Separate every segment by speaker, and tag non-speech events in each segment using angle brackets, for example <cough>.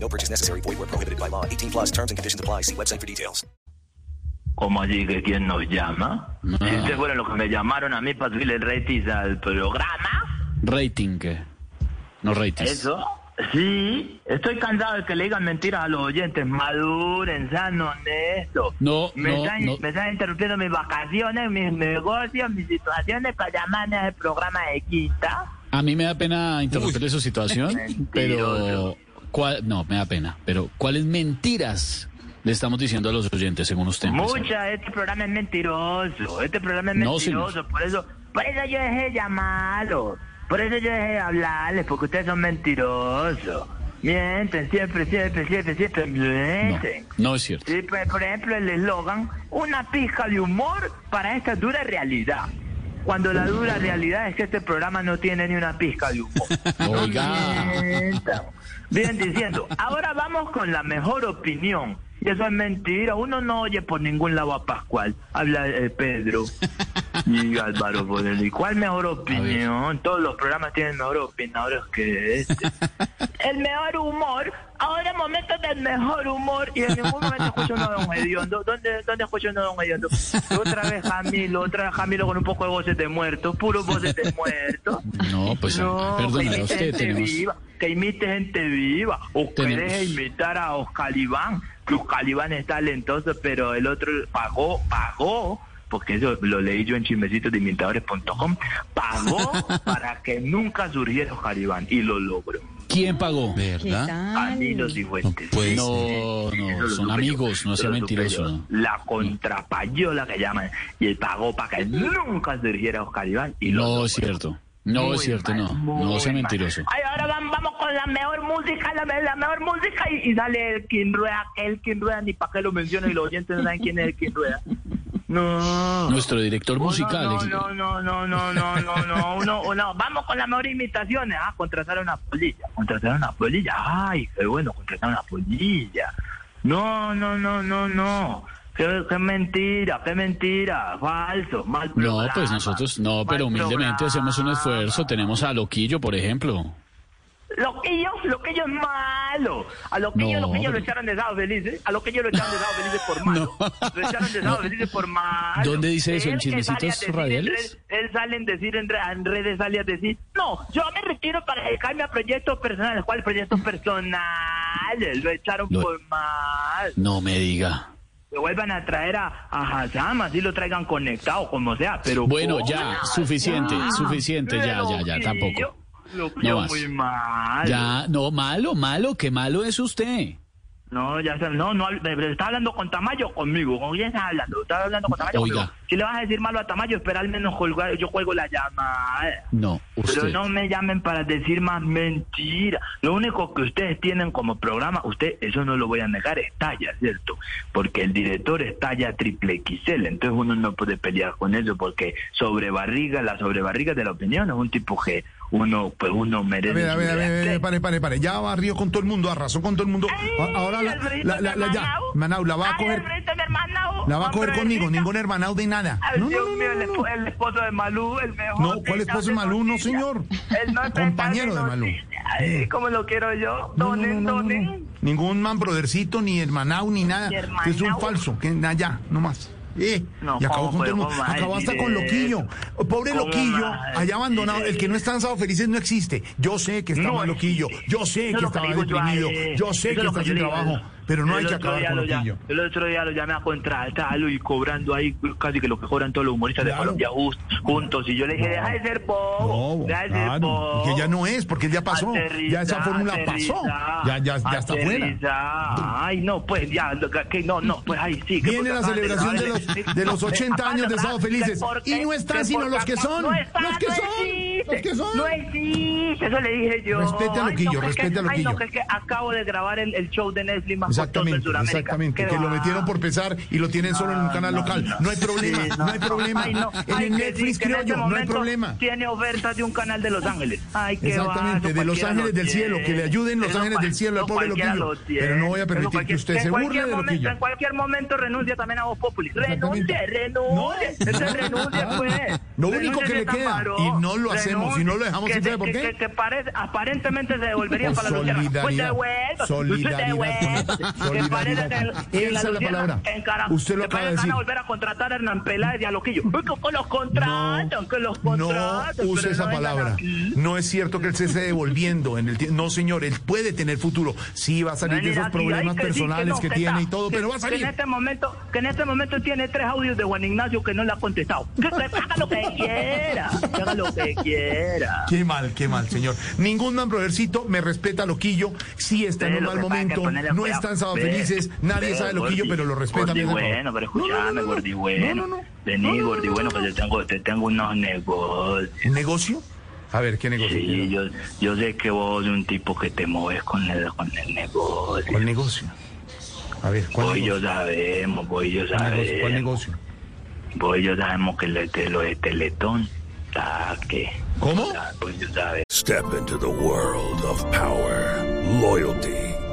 Speaker 1: No purchase necessary. Void where prohibited by law. 18 plus terms and conditions apply. See website for details.
Speaker 2: ¿Cómo así que quién nos
Speaker 3: Ah.
Speaker 2: llama? Si ustedes fueron los que me llamaron a mí para subirle el rating al programa,
Speaker 3: Rating. ¿qué? No ratings.
Speaker 2: eso. Sí, estoy cansado de que le digan mentiras a los oyentes. Maduren, sean honestos.
Speaker 3: No,
Speaker 2: me
Speaker 3: no,
Speaker 2: están,
Speaker 3: no.
Speaker 2: Me están interrumpiendo mis vacaciones, mis negocios, mis situaciones para llamarme a ese programa de quinta.
Speaker 3: A mí me da pena interrumpirle su
Speaker 2: <laughs>
Speaker 3: situación, pero... ¿cuál- no, me da pena. Pero, ¿cuáles mentiras le estamos diciendo a los oyentes, según usted? empresario?
Speaker 2: Mucha, este programa es mentiroso, este programa es
Speaker 3: No,
Speaker 2: mentiroso, por eso, por eso yo dejé de llamarlo, por eso yo dejé de hablarles, porque ustedes son mentirosos. Mienten, siempre, siempre, siempre, siempre
Speaker 3: No,
Speaker 2: mienten.
Speaker 3: no es cierto.
Speaker 2: Sí, pues, por ejemplo, el eslogan, una pizca de humor para esta dura realidad. Cuando la dura realidad es que este programa no tiene ni una pizca de
Speaker 3: <laughs>
Speaker 2: humor.
Speaker 3: Oiga,
Speaker 2: Bien diciendo, ahora vamos con la mejor opinión. Y eso es mentira, uno no oye por ningún lado a Pascual. Habla eh, Pedro y Álvaro Bonelli. ¿Cuál mejor opinión? Todos los programas tienen mejores opinadores que este. El mejor humor, ahora momento del mejor humor. Y en ningún momento escucho uno de Don Hediondo. ¿Dónde, dónde escucho uno de Don Hediondo? Otra vez Jamilo, otra vez Jamilo con un poco de voces de muertos, puros voces de muertos.
Speaker 3: no, pues
Speaker 2: No,
Speaker 3: perdónalo a
Speaker 2: que imite
Speaker 3: usted,
Speaker 2: gente
Speaker 3: tenemos...
Speaker 2: viva, que imite gente viva, o que
Speaker 3: Tenemos-
Speaker 2: deje imitar a Oscar Iván, que Oscar Iván es talentoso, pero el otro pagó, pagó, porque eso lo leí yo en chismecitosdimitadores.com,
Speaker 3: <laughs>
Speaker 2: pagó para que nunca surgiera Oscar Iván, y lo logró.
Speaker 3: ¿Quién pagó?
Speaker 2: A mí los higüentes.
Speaker 3: pues, No,
Speaker 2: Eso
Speaker 3: no,
Speaker 2: lo
Speaker 3: son
Speaker 2: supe yo,
Speaker 3: amigos, no
Speaker 2: eso
Speaker 3: sea
Speaker 2: lo supe
Speaker 3: mentiroso.
Speaker 2: yo.
Speaker 3: no.
Speaker 2: La contrapayola que llaman, y él pagó para que nunca surgiera Oscar Iván, y lo
Speaker 3: No
Speaker 2: logró.
Speaker 3: es cierto. No
Speaker 2: Muy
Speaker 3: es cierto,
Speaker 2: mal,
Speaker 3: no. No
Speaker 2: muy
Speaker 3: sea
Speaker 2: mal.
Speaker 3: mentiroso.
Speaker 2: Ay, ahora van- vamos con la mejor música, la, me- la mejor música y, y sale el King Rueda, el King Rueda, ni para qué lo menciono y los oyentes no saben quién es el King Rueda. No.
Speaker 3: Nuestro director <laughs> musical.
Speaker 2: No,
Speaker 3: ex-
Speaker 2: no, no, no, no, no, no, no, uno- uno- Vamos con las mejores imitaciones. Ah, contrataron una polilla. Contrataron una polilla. Ay, qué bueno, contrataron una polilla. No, no, no, no, no. Qué, qué mentira, qué mentira. Falso, mal
Speaker 3: No,
Speaker 2: programa,
Speaker 3: pues nosotros, no,
Speaker 2: mal
Speaker 3: pero humildemente hacemos un
Speaker 2: programa.
Speaker 3: esfuerzo. Tenemos a Loquillo, por ejemplo.
Speaker 2: Loquillo, Loquillo es malo. A Loquillo,
Speaker 3: No,
Speaker 2: Loquillo lo
Speaker 3: pero-
Speaker 2: echaron de Sábado Felices. A Loquillo lo echaron de Sábado Felices
Speaker 3: <laughs>
Speaker 2: por malo. Lo echaron de Sábado Felices por malo.
Speaker 3: ¿Dónde dice eso? ¿En
Speaker 2: Él que sale a
Speaker 3: Chismecitos
Speaker 2: decir en
Speaker 3: Radiales?
Speaker 2: red- Él sale en decir en, re- en redes, sale a decir, no, yo me retiro para dedicarme a proyectos personales. ¿Cuál proyecto personal? Lo echaron
Speaker 3: Lo-
Speaker 2: por mal.
Speaker 3: No me diga.
Speaker 2: Que vuelvan a traer a, a Hazam, así lo traigan conectado, como sea. Pero
Speaker 3: Bueno,
Speaker 2: ¿cómo?
Speaker 3: ya, suficiente, suficiente, ya, ya, ya, tampoco.
Speaker 2: Loquillo
Speaker 3: No más.
Speaker 2: muy mal.
Speaker 3: Ya, no, malo, malo, qué malo es usted.
Speaker 2: No, ya sabes, no, no, hable- pero está hablando con Tamayo o conmigo, ¿con quién estás hablando? ¿Estás hablando con Tamayo? o
Speaker 3: Oiga.
Speaker 2: conmigo? Si le vas a decir malo a Tamayo, espera al menos colgar, yo juego la llamada.
Speaker 3: No,
Speaker 2: Pero
Speaker 3: usted.
Speaker 2: no me llamen para decir más mentiras. Lo único que ustedes tienen como programa, usted, eso no lo voy a negar, es talla, ¿cierto? Porque el director es talla triple XL, entonces uno no puede pelear con eso porque sobrebarriga, la sobrebarriga de la opinión es un tipo que uno, pues uno merece.
Speaker 4: A ver, a ver, a
Speaker 2: su
Speaker 4: ver,
Speaker 2: respeto.
Speaker 4: pare, pare, pare. Ya barrió con todo el mundo, arrasó con todo el mundo. A- Ah, Ahora la, la, la, la- ya, Manau, la va a coger, la va a coger conmigo, ningún hermanao de nada.
Speaker 2: Ay,
Speaker 4: No, no,
Speaker 2: Dios
Speaker 4: no,
Speaker 2: mío,
Speaker 4: no,
Speaker 2: el,
Speaker 4: no,
Speaker 2: esp- el esposo de Malú, el mejor.
Speaker 4: No, ¿cuál esposo de Malú? No, señor.
Speaker 2: El
Speaker 4: Compañero de Malú.
Speaker 2: ¿Cómo eh, lo quiero yo?
Speaker 4: no, no,
Speaker 2: Donen,
Speaker 4: no, no,
Speaker 2: donen.
Speaker 4: no. Ningún man brodercito, ni hermanao, ni nada.
Speaker 2: Ni hermanao.
Speaker 4: Es un falso, que na- ya, nomás. Eh,
Speaker 2: No,
Speaker 4: y acabó
Speaker 2: ¿cómo
Speaker 4: con todo el mundo.
Speaker 2: podemos
Speaker 4: Acabó hasta
Speaker 2: decir
Speaker 4: con Loquillo. Pobre
Speaker 2: ¿Cómo
Speaker 4: Loquillo,
Speaker 2: más
Speaker 4: allá abandonado.
Speaker 2: decir
Speaker 4: El que no está en Sábado Felices no existe. Yo sé que está
Speaker 2: No
Speaker 4: mal Loquillo.
Speaker 2: existe.
Speaker 4: Yo sé
Speaker 2: Eso es
Speaker 4: que
Speaker 2: lo que
Speaker 4: estaba
Speaker 2: digo yo a
Speaker 4: deprimido.
Speaker 2: él.
Speaker 4: Yo sé
Speaker 2: Eso
Speaker 4: que
Speaker 2: es lo
Speaker 4: está
Speaker 2: yo
Speaker 4: sin
Speaker 2: digo.
Speaker 4: trabajo. Pero no hay
Speaker 2: El
Speaker 4: que
Speaker 2: otro
Speaker 4: acabar
Speaker 2: día
Speaker 4: con
Speaker 2: lo llam-
Speaker 4: Loquillo.
Speaker 2: El otro día lo llamé a contratarlo y cobrando ahí casi que lo que cobran todos los humoristas de
Speaker 4: Claro.
Speaker 2: Colombia just- juntos. Y yo le dije, deja de ser bobo.
Speaker 4: No,
Speaker 2: deja de ser
Speaker 4: claro,
Speaker 2: bobo.
Speaker 4: que ya no es, porque ya pasó, ya esa
Speaker 2: Aterriza,
Speaker 4: fórmula pasó,
Speaker 2: aterriza,
Speaker 4: ya, ya, ya está fuera.
Speaker 2: aterriza. Ay, no, pues ya, lo que- que no, no, pues ahí sí. que
Speaker 4: Viene
Speaker 2: por
Speaker 4: la
Speaker 2: acá,
Speaker 4: celebración
Speaker 2: dale,
Speaker 4: de
Speaker 2: <laughs>
Speaker 4: los-
Speaker 2: dale.
Speaker 4: de los
Speaker 2: No, pues,
Speaker 4: 80 años de
Speaker 2: aparte,
Speaker 4: Sábado Felices.
Speaker 2: que porque-
Speaker 4: Y no están
Speaker 2: que
Speaker 4: sino
Speaker 2: porque
Speaker 4: los que
Speaker 2: acá
Speaker 4: son,
Speaker 2: no están,
Speaker 4: los que
Speaker 2: no
Speaker 4: son.
Speaker 2: existen. existe.
Speaker 4: ¿Qué son?
Speaker 2: No existe, eso le dije yo.
Speaker 4: Respete a
Speaker 2: Ay,
Speaker 4: Loquillo,
Speaker 2: no, que es que-
Speaker 4: respete a
Speaker 2: Ay, no,
Speaker 4: Loquillo.
Speaker 2: que es que acabo de grabar el, el show de Nestlé más costoso en
Speaker 4: Exactamente,
Speaker 2: Sudamérica.
Speaker 4: exactamente.
Speaker 2: Qué
Speaker 4: Que lo
Speaker 2: va.
Speaker 4: metieron por pesar y lo tienen solo en un canal
Speaker 2: Ah, no,
Speaker 4: local.
Speaker 2: no.
Speaker 4: No hay problema,
Speaker 2: Sí,
Speaker 4: no, hay problema.
Speaker 2: Ay, no.
Speaker 4: En
Speaker 2: Ay,
Speaker 4: el
Speaker 2: que
Speaker 4: Netflix
Speaker 2: sí, que en
Speaker 4: creo
Speaker 2: este
Speaker 4: yo, no hay
Speaker 2: momento
Speaker 4: problema.
Speaker 2: Tiene ofertas de un canal de Los Ángeles. Ay, qué
Speaker 4: Exactamente,
Speaker 2: va,
Speaker 4: de
Speaker 2: eso
Speaker 4: Los
Speaker 2: cualquiera
Speaker 4: Ángeles
Speaker 2: lo
Speaker 4: del cielo, que le ayuden Los
Speaker 2: tiene.
Speaker 4: Ángeles
Speaker 2: Eso
Speaker 4: del cielo al
Speaker 2: cual-
Speaker 4: pobre
Speaker 2: cualquiera
Speaker 4: Loquillo.
Speaker 2: lo tiene.
Speaker 4: Pero no voy a
Speaker 2: Eso
Speaker 4: permitir que
Speaker 2: cualquier-
Speaker 4: usted se
Speaker 2: en
Speaker 4: burle
Speaker 2: cualquier
Speaker 4: de
Speaker 2: momento,
Speaker 4: Loquillo.
Speaker 2: En cualquier momento renuncia también a Voz Populi.
Speaker 4: Exactamente.
Speaker 2: Renuncie, renuncie. Entonces renuncie,
Speaker 4: <laughs>
Speaker 2: pues.
Speaker 4: Lo único que
Speaker 2: Renuncie,
Speaker 4: le
Speaker 2: tan
Speaker 4: queda,
Speaker 2: varón.
Speaker 4: y no lo hacemos,
Speaker 2: Renuncie.
Speaker 4: y no lo dejamos,
Speaker 2: Que
Speaker 4: ¿sí
Speaker 2: se-
Speaker 4: sabe por
Speaker 2: que-
Speaker 4: qué?
Speaker 2: que- que parece- aparentemente se devolvería
Speaker 4: Por
Speaker 2: para la Luciana. Pues
Speaker 4: solidaridad.
Speaker 2: devuelva.
Speaker 4: Solidaridad
Speaker 2: Usted
Speaker 4: con la-
Speaker 2: devuelva.
Speaker 4: solidaridad.
Speaker 2: Que parezca que- que
Speaker 4: Esa es la
Speaker 2: Luciana
Speaker 4: palabra.
Speaker 2: encara-
Speaker 4: Usted lo
Speaker 2: que
Speaker 4: acaba
Speaker 2: parezca
Speaker 4: de
Speaker 2: van
Speaker 4: decir.
Speaker 2: a volver a contratar a Hernán Peláez y a Loquillo. Uy, que- que los contratan, que los
Speaker 4: No
Speaker 2: contratan. pero
Speaker 4: use esa
Speaker 2: no vengan
Speaker 4: palabra.
Speaker 2: aquí.
Speaker 4: No es cierto que él se esté devolviendo en el tie- No, señor, él puede tener futuro. Sí, va a salir de
Speaker 2: Venir
Speaker 4: esos
Speaker 2: aquí, ay,
Speaker 4: problemas
Speaker 2: que sí,
Speaker 4: personales
Speaker 2: no,
Speaker 4: que,
Speaker 2: está-
Speaker 4: tiene y todo,
Speaker 2: que-
Speaker 4: pero va a
Speaker 2: Que
Speaker 4: salir.
Speaker 2: en, este momento, que en este momento tiene tres audios de Juan Ignacio que no le ha contestado. Que, que haga lo que quiera. que haga lo que quiera.
Speaker 4: Qué mal, qué mal, señor. Ningún mambrodercito me respeta Loquillo. Sí está en
Speaker 2: Ve,
Speaker 4: un
Speaker 2: lo
Speaker 4: mal
Speaker 2: que pasa es que
Speaker 4: momento.
Speaker 2: ponerle
Speaker 4: No
Speaker 2: cuidado.
Speaker 4: están sábado
Speaker 2: Ve,
Speaker 4: felices. Nadie
Speaker 2: ve,
Speaker 4: sabe Loquillo,
Speaker 2: gordi,
Speaker 4: pero lo respeta.
Speaker 2: gordi
Speaker 4: mi hermano.
Speaker 2: bueno, pero
Speaker 4: No, no, no,
Speaker 2: escuchame,
Speaker 4: no.
Speaker 2: gordi
Speaker 4: No,
Speaker 2: bueno.
Speaker 4: no, no.
Speaker 2: Vení,
Speaker 4: No, no, no,
Speaker 2: gordi
Speaker 4: no,
Speaker 2: bueno, pues
Speaker 4: no,
Speaker 2: que yo tengo, te tengo unos negocios.
Speaker 4: no. ¿Negocio? A ver, ¿qué negocio?
Speaker 2: Sí, yo, yo sé que vos sos un tipo que te mueves con el, con el negocio.
Speaker 4: ¿Cuál negocio? A ver, ¿cuál
Speaker 2: Vos y yo
Speaker 4: negocio?
Speaker 2: sabemos, vos y yo
Speaker 4: ¿Cuál negocio? ¿Cuál
Speaker 2: sabemos.
Speaker 4: negocio?
Speaker 2: Vos y yo sabemos que lo de, lo de Teletón está que.
Speaker 4: ¿Cómo?
Speaker 2: Ah, Pues yo sabes.
Speaker 5: Step into the world of power, loyalty,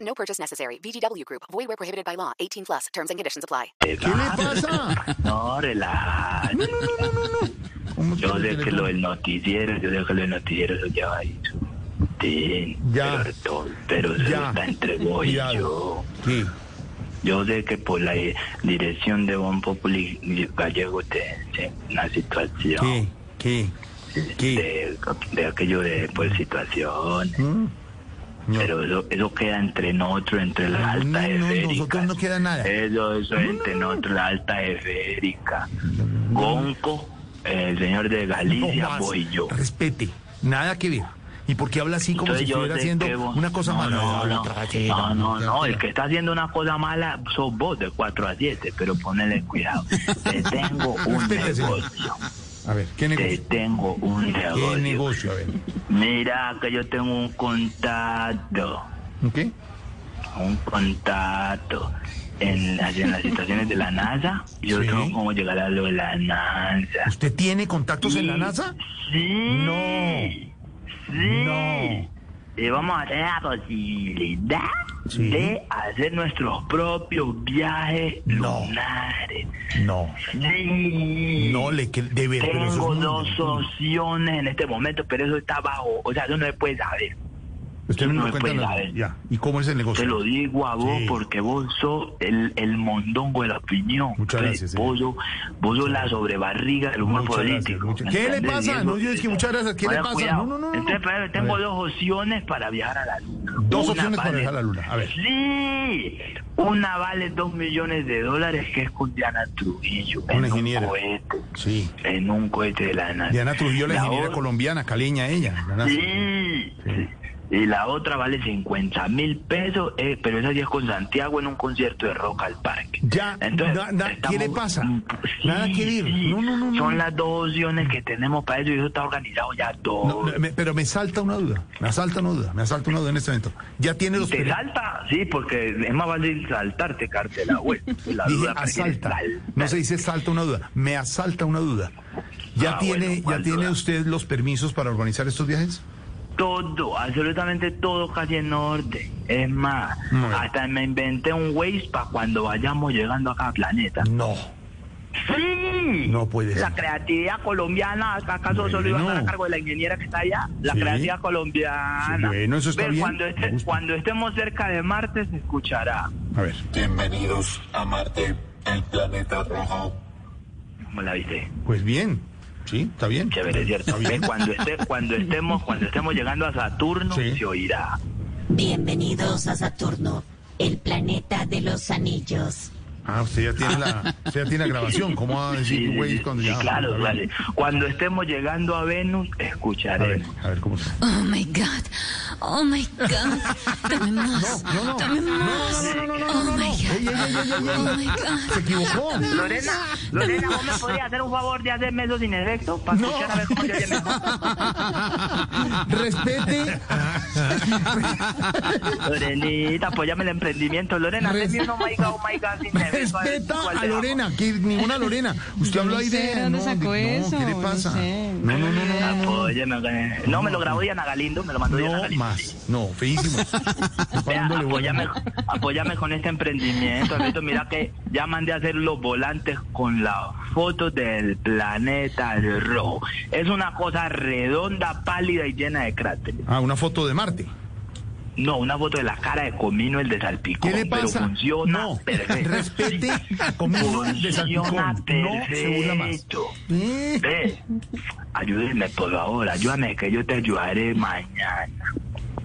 Speaker 6: No purchase necessary. VGW Group. Void where prohibited by law. 18 plus. Terms and conditions apply.
Speaker 4: ¿Qué le pasa?
Speaker 2: No, relaja.
Speaker 4: ¿Cómo
Speaker 2: <laughs> Yo
Speaker 4: tiene
Speaker 2: sé que
Speaker 4: teléfono?
Speaker 2: lo del noticiero, yo sé que lo del noticiero eso ya va ahí. su- Sí,
Speaker 4: Ya.
Speaker 2: Pero, todo- pero eso
Speaker 4: Ya.
Speaker 2: está entre vos y
Speaker 4: Cuidado.
Speaker 2: yo.
Speaker 4: Sí.
Speaker 2: Yo sé que por la eh, dirección de Bon Populi Gallego te, te- una situación eh,
Speaker 4: ¿Qué? ¿Qué? ¿Qué?
Speaker 2: de, de aquello de pues situación.
Speaker 4: Mm. No.
Speaker 2: Pero eso, eso queda entre nosotros, entre la
Speaker 4: No,
Speaker 2: alta
Speaker 4: no,
Speaker 2: esférica.
Speaker 4: nosotros no queda nada.
Speaker 2: Eso, eso es entre nosotros, la alta esférica. Gonco, el señor de Galicia,
Speaker 4: más.
Speaker 2: voy yo.
Speaker 4: Respete. Nada que ver. ¿Y por qué habla así como
Speaker 2: Entonces
Speaker 4: si
Speaker 2: yo
Speaker 4: estuviera
Speaker 2: sé
Speaker 4: haciendo
Speaker 2: que vos-
Speaker 4: una cosa
Speaker 2: no,
Speaker 4: mala?
Speaker 2: No, no, no, no, no, el que está haciendo una cosa mala sos vos de 4 a 7, pero ponele cuidado.
Speaker 4: <laughs>
Speaker 2: Te tengo un
Speaker 4: Respétese.
Speaker 2: negocio.
Speaker 4: A ver, ¿qué
Speaker 2: Te
Speaker 4: negocio?
Speaker 2: tengo un
Speaker 4: ¿Qué
Speaker 2: negocio.
Speaker 4: negocio? A ver.
Speaker 2: Mira que yo tengo un contacto,
Speaker 4: ¿Qué?
Speaker 2: un contacto en las, en las situaciones de la NASA. Yo
Speaker 4: Sí.
Speaker 2: tengo cómo llegar a lo de la NASA.
Speaker 4: ¿Usted tiene contactos en la NASA?
Speaker 2: Sí.
Speaker 4: No.
Speaker 2: Sí.
Speaker 4: No.
Speaker 2: Y vamos a hacer la posibilidad
Speaker 4: Sí.
Speaker 2: de hacer nuestros propios viajes
Speaker 4: No.
Speaker 2: lunares.
Speaker 4: No.
Speaker 2: Sí.
Speaker 4: No le que de ver, pero eso
Speaker 2: Tengo
Speaker 4: es un-
Speaker 2: dos opciones en este momento, pero eso está bajo. O sea, eso no se puede saber.
Speaker 4: Usted no
Speaker 2: no
Speaker 4: me
Speaker 2: me
Speaker 4: cuenta
Speaker 2: puede
Speaker 4: nada.
Speaker 2: dar.
Speaker 4: Ya. ¿Y cómo es el negocio?
Speaker 2: Te lo digo a vos
Speaker 4: Sí.
Speaker 2: porque vos sos el, el mondongo de la opinión.
Speaker 4: Muchas
Speaker 2: Pe-
Speaker 4: gracias, señor.
Speaker 2: Vos, sos, vos sos la sobrebarriga del humor
Speaker 4: Muchas gracias,
Speaker 2: político.
Speaker 4: muchas-
Speaker 2: ¿me
Speaker 4: ¿Qué le
Speaker 2: entendés?
Speaker 4: pasa?
Speaker 2: Y eso-
Speaker 4: No, yo es que muchas gracias, ¿qué le
Speaker 2: Vaya,
Speaker 4: pasa?
Speaker 2: cuidado.
Speaker 4: No, no, no, no.
Speaker 2: Entonces, pero
Speaker 4: A
Speaker 2: tengo
Speaker 4: ver.
Speaker 2: dos opciones para viajar a la luna.
Speaker 4: Dos
Speaker 2: Una
Speaker 4: opciones para
Speaker 2: vale-
Speaker 4: viajar a la luna. A ver.
Speaker 2: Sí. Una vale dos millones de dólares que es con Diana Trujillo.
Speaker 4: Una
Speaker 2: en
Speaker 4: ingeniera.
Speaker 2: Un cohete,
Speaker 4: Sí.
Speaker 2: en un cohete de la NASA.
Speaker 4: Diana Trujillo, la ingeniera
Speaker 2: otra-
Speaker 4: colombiana, caleña ella. la NASA.
Speaker 2: Sí. Y la otra vale 50 mil pesos, eh, pero esa sí es con Santiago en un concierto de rock al parque.
Speaker 4: Ya, na- na-
Speaker 2: estamos-
Speaker 4: ¿qué le pasa?
Speaker 2: Mm,
Speaker 4: Nada que ver. No, no, no, no.
Speaker 2: Son las dos opciones que tenemos para eso y eso está organizado ya todo.
Speaker 4: No, no, me- pero me salta una duda, me asalta una duda, me asalta una duda en este momento. Ya tiene los
Speaker 2: ¿Te
Speaker 4: pere-
Speaker 2: salta? Sí, porque es más vale saltarte, cárcel, la web. La
Speaker 4: <laughs> Dije
Speaker 2: duda prefiere
Speaker 4: asalta.
Speaker 2: saltar.
Speaker 4: No se dice salta una duda, me asalta una duda. ¿Ya
Speaker 2: Ah, bueno,
Speaker 4: tiene, ya
Speaker 2: ¿cuál
Speaker 4: tiene
Speaker 2: duda?
Speaker 4: usted los permisos para organizar estos viajes?
Speaker 2: Todo, absolutamente todo casi en norte. Es más,
Speaker 4: Muy bien.
Speaker 2: hasta me inventé un Waze para cuando vayamos llegando a cada planeta.
Speaker 4: No.
Speaker 2: Sí.
Speaker 4: No puede
Speaker 2: La
Speaker 4: ser.
Speaker 2: creatividad colombiana, ¿acaso solo iba a estar
Speaker 4: Bueno.
Speaker 2: a cargo de la ingeniera que está allá? La
Speaker 4: Sí.
Speaker 2: creatividad colombiana.
Speaker 4: Sí, bueno, eso está
Speaker 2: Ve,
Speaker 4: bien.
Speaker 2: Cuando,
Speaker 4: Me
Speaker 2: este-
Speaker 4: gusta.
Speaker 2: cuando estemos cerca de Marte se escuchará.
Speaker 4: A ver.
Speaker 7: Bienvenidos a Marte, el planeta rojo.
Speaker 2: ¿Cómo la viste?
Speaker 4: Pues bien, sí, está bien.
Speaker 2: Eh, Chévere, ¿cierto? Ve, cuando, esté, cuando, estemos, cuando estemos llegando a Saturno
Speaker 4: Sí.
Speaker 2: se oirá.
Speaker 8: Bienvenidos a Saturno, el planeta de los anillos.
Speaker 4: Ah, usted ya tiene la, usted ya tiene la grabación. ¿Cómo va a decir
Speaker 2: Sí,
Speaker 4: güey cuando
Speaker 2: sí,
Speaker 4: ya?
Speaker 2: claro,
Speaker 4: a ver,
Speaker 2: vale. Cuando estemos llegando a Venus,
Speaker 4: a ver,
Speaker 2: escucharemos.
Speaker 4: a ver cómo está.
Speaker 8: Oh my God, oh my God, dame más,
Speaker 4: No, no,
Speaker 8: dame más.
Speaker 4: no, no, no, no,
Speaker 8: Oh
Speaker 4: no, no.
Speaker 8: my
Speaker 4: Ey, ey,
Speaker 8: God,
Speaker 4: ey, ey, ey,
Speaker 8: oh my
Speaker 4: ey. Se
Speaker 8: God.
Speaker 4: equivocó.
Speaker 2: <laughs> Lorena, Lorena, ¿vos me podrías hacer un favor de hacerme eso sin efecto? Para
Speaker 4: No.
Speaker 2: escuchar a ver cómo se oye mejor.
Speaker 4: Respete,
Speaker 2: <laughs> Lorenita, apoyame el emprendimiento. Lorena,
Speaker 4: Res-
Speaker 2: hazme un oh my god, oh my
Speaker 4: <laughs>
Speaker 2: god sin efecto. a ver
Speaker 4: respeta
Speaker 2: cuál
Speaker 4: a
Speaker 2: te hago.
Speaker 4: Lorena, que ninguna Lorena. Usted habló ahí de.
Speaker 9: dónde sacó
Speaker 4: no,
Speaker 9: eso,
Speaker 4: ¿Qué le
Speaker 9: no
Speaker 4: pasa?
Speaker 9: sé.
Speaker 4: No, no, no, no, no, no.
Speaker 2: Apóyeme, Lorena. No, me lo grabó Diana Galindo, me lo mandó Diana
Speaker 4: No
Speaker 2: Galindo.
Speaker 4: más. No, feísimo.
Speaker 2: Vea, apóyame, apóyame con este emprendimiento, Alberto. Mira que ya mandé a hacer los volantes con la foto del planeta rojo. Es una cosa redonda, pálida y llena de cráteres.
Speaker 4: Ah, una foto de Marte.
Speaker 2: No, una foto de la cara de Comino, el de Salpicón.
Speaker 4: ¿Qué le
Speaker 2: Pero
Speaker 4: pasa?
Speaker 2: funciona
Speaker 4: No,
Speaker 2: perfecto.
Speaker 4: respete conmigo de
Speaker 2: Funciona
Speaker 4: Salpicón. No se burla más.
Speaker 2: perfecto.
Speaker 4: Eh,
Speaker 2: Ve, ayúdeme por favor, ayúdame que yo te ayudaré mañana.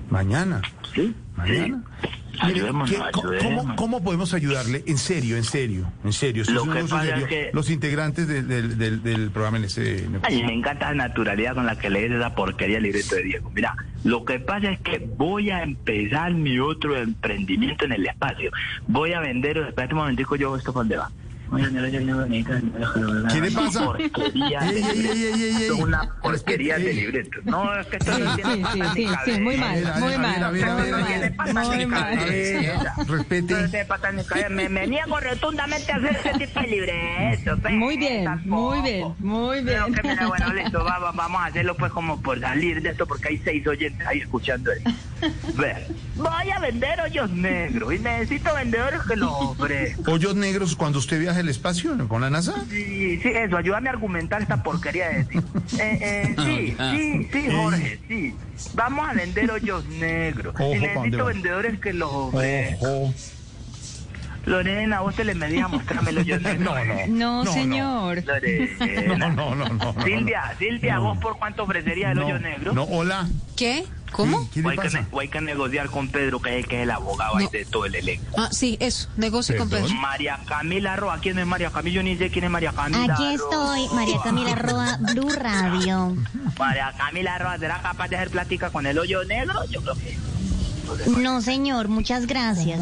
Speaker 4: Mañana.
Speaker 2: ¿Sí?
Speaker 4: Mañana.
Speaker 2: Sí.
Speaker 4: Mire,
Speaker 2: Ayudémonos,
Speaker 4: ¿qué- co- ¿cómo,
Speaker 2: ayudémonos.
Speaker 4: cómo podemos ayudarle? En serio, en serio, en serio. esto
Speaker 2: Lo
Speaker 4: es un
Speaker 2: que
Speaker 4: negocio
Speaker 2: pasa es
Speaker 4: serio.
Speaker 2: que-
Speaker 4: Los integrantes del, del- del- del programa en ese negocio.
Speaker 2: Ay, me encanta la naturalidad con la que lees esa porquería el libreto de Diego. Mira, lo que pasa es que voy a empezar mi otro emprendimiento en el espacio. Voy a vender, espérate un momentico, yo esto por dónde va.
Speaker 4: ¿Qué le pasa?
Speaker 2: Porquería
Speaker 4: Ey,
Speaker 2: de
Speaker 4: ey,
Speaker 2: libreto.
Speaker 4: ey, ey, ey, ey.
Speaker 2: Esto es una porquería de
Speaker 4: Ey.
Speaker 2: libreto. No, es que esto
Speaker 9: Sí,
Speaker 2: no
Speaker 9: sí,
Speaker 2: tiene
Speaker 9: sí,
Speaker 2: patas ni
Speaker 9: sí, sí, es muy
Speaker 2: cabeza.
Speaker 4: A ver, a
Speaker 9: mal,
Speaker 4: ver,
Speaker 9: muy
Speaker 4: a ver, a
Speaker 9: mal,
Speaker 4: ver, a
Speaker 9: muy
Speaker 4: ver, a ver.
Speaker 9: mal, muy
Speaker 4: A
Speaker 9: mal.
Speaker 4: ver,
Speaker 2: No
Speaker 4: Respete.
Speaker 2: tiene patas ni cabeza. eh, Me, me niego rotundamente a hacer este tipo de libreto. pues,
Speaker 9: Muy bien, muy
Speaker 2: tampoco.
Speaker 9: bien, muy
Speaker 2: Creo
Speaker 9: bien.
Speaker 2: que me da bueno, listo, va- va- vamos a hacerlo pues como por salir de esto porque hay seis oyentes ahí escuchando esto. Ver, voy a vender hoyos negros y necesito vendedores que lo ofrezcan.
Speaker 4: ¿Hoyos negros cuando usted viaja al espacio con la NASA?
Speaker 2: Sí, sí, eso, ayúdame a argumentar esta porquería de ti. Eh, eh, sí, sí, sí, Jorge, sí. Vamos a vender hoyos negros
Speaker 4: Ojo,
Speaker 2: y
Speaker 4: ¿pa' dónde
Speaker 2: necesito
Speaker 4: va?
Speaker 2: vendedores que los ofrezcan.
Speaker 4: Ojo.
Speaker 2: Lorena, vos te le medías a mostrarme los hoyos negros.
Speaker 4: No, no.
Speaker 9: No, señor.
Speaker 4: <laughs> No,
Speaker 2: Lorena.
Speaker 4: no, no, no. no,
Speaker 2: Silvia, Silvia, ¿vos por cuánto ofrecería el
Speaker 4: no,
Speaker 2: hoyo negro?
Speaker 4: No, hola.
Speaker 8: ¿Qué? ¿Cómo?
Speaker 4: ¿Qué
Speaker 2: O
Speaker 4: le
Speaker 2: hay, que
Speaker 4: pasa?
Speaker 2: ne- o hay que negociar con Pedro, que es, que es el abogado ahí
Speaker 8: No.
Speaker 2: de todo el elenco.
Speaker 8: Ah, sí, eso, negocio con Pedro.
Speaker 2: María Camila Roa, ¿quién es María Camila? Yo ni sé quién es María Camila.
Speaker 10: Aquí
Speaker 2: Roa.
Speaker 10: estoy, María Camila Roa, Blue Radio.
Speaker 2: María Camila Roa, ¿será capaz de hacer plática con el hoyo negro? Yo creo que
Speaker 10: No, señor, muchas gracias.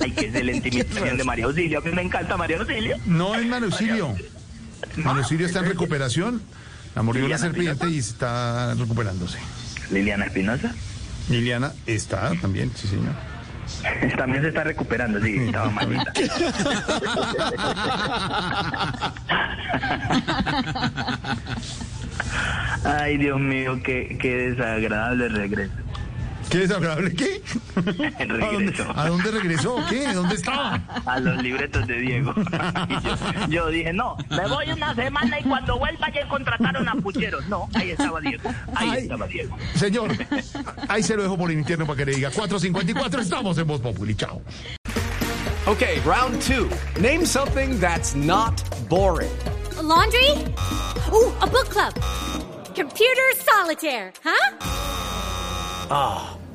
Speaker 2: hay que
Speaker 4: <laughs>
Speaker 2: ser la intimidación de María Auxilio, que me encanta María Auxilio.
Speaker 4: No es Manusilio. Manusilio está en recuperación. La mordió una
Speaker 2: Liliana
Speaker 4: serpiente y está recuperándose.
Speaker 2: Liliana Espinosa
Speaker 4: Liliana está también, sí, señor.
Speaker 2: <laughs> también se está recuperando, sí, estaba malita. Ay, Dios mío, qué, qué desagradable regreso.
Speaker 4: ¿Qué desagradable?
Speaker 2: <laughs>
Speaker 4: ¿Qué? ¿A dónde,
Speaker 2: regreso.
Speaker 4: a dónde regresó? ¿Qué? ¿Dónde estaba?
Speaker 2: a los libretos de Diego. <laughs> Y yo, yo dije, no, me voy una semana y cuando vuelva ya contrataron a pucheros. No, ahí estaba Diego. Ahí
Speaker 4: Ay.
Speaker 2: estaba Diego.
Speaker 4: Señor, ahí se lo dejo por el interno para que le diga. 454, estamos en Voz Populi. Chao.
Speaker 11: Okay, round two. Name something that's not boring.
Speaker 10: laundry? Ooh, a book club. Computer solitaire, huh?